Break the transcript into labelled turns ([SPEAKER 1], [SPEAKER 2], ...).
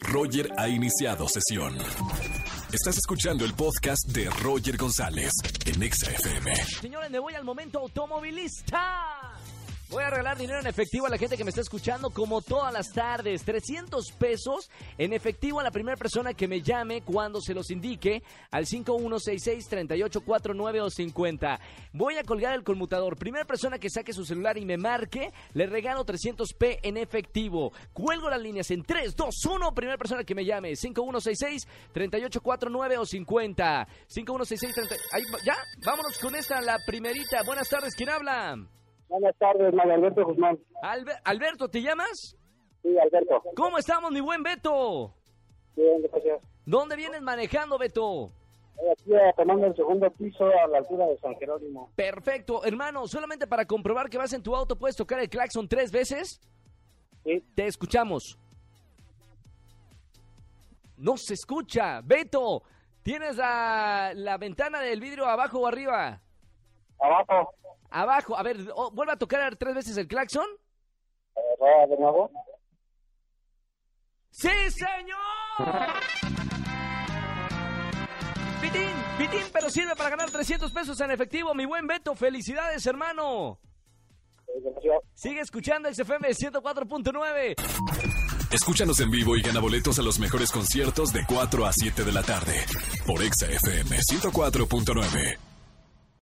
[SPEAKER 1] Roger ha iniciado sesión. Estás escuchando el podcast de Roger González en Exa FM.
[SPEAKER 2] Señores, me voy al momento automovilista. Voy a regalar dinero en efectivo a la gente que me está escuchando como todas las tardes. 300 pesos en efectivo a la primera persona que me llame cuando se los indique al 5166-3849 o 50. Voy a colgar el conmutador. Primera persona que saque su celular y me marque, le regalo 300 P en efectivo. Cuelgo las líneas en 3, 2, 1. Primera persona que me llame 5166-3849 o 50. 5166-30... Ahí va- ¿Ya? Vámonos con esta, la primerita. Buenas tardes, ¿quién habla?
[SPEAKER 3] Buenas tardes, Mario Alberto Guzmán.
[SPEAKER 2] Albe- Alberto, ¿te llamas?
[SPEAKER 3] Sí, Alberto.
[SPEAKER 2] ¿Cómo estamos, mi buen Beto?
[SPEAKER 3] Bien, gracias.
[SPEAKER 2] ¿Dónde vienes manejando, Beto?
[SPEAKER 3] Eh, Aquí eh, tomando el segundo piso a la altura de San Jerónimo.
[SPEAKER 2] Perfecto, hermano, solamente para comprobar que vas en tu auto, ¿puedes tocar el claxon tres veces?
[SPEAKER 3] Sí.
[SPEAKER 2] Te escuchamos. No se escucha, Beto. ¿Tienes la, la ventana del vidrio abajo o arriba?
[SPEAKER 3] Abajo.
[SPEAKER 2] Abajo, a ver, oh, vuelve a tocar tres veces el claxon.
[SPEAKER 3] Eh, rueda de nuevo.
[SPEAKER 2] ¡Sí, señor! Pitín, Pitín, pero sirve para ganar 300 pesos en efectivo, mi buen Beto. Felicidades, hermano.
[SPEAKER 3] Eh, gracias.
[SPEAKER 2] Sigue escuchando XFM 104.9.
[SPEAKER 1] Escúchanos en vivo y gana boletos a los mejores conciertos de 4 a 7 de la tarde por Exa FM 104.9.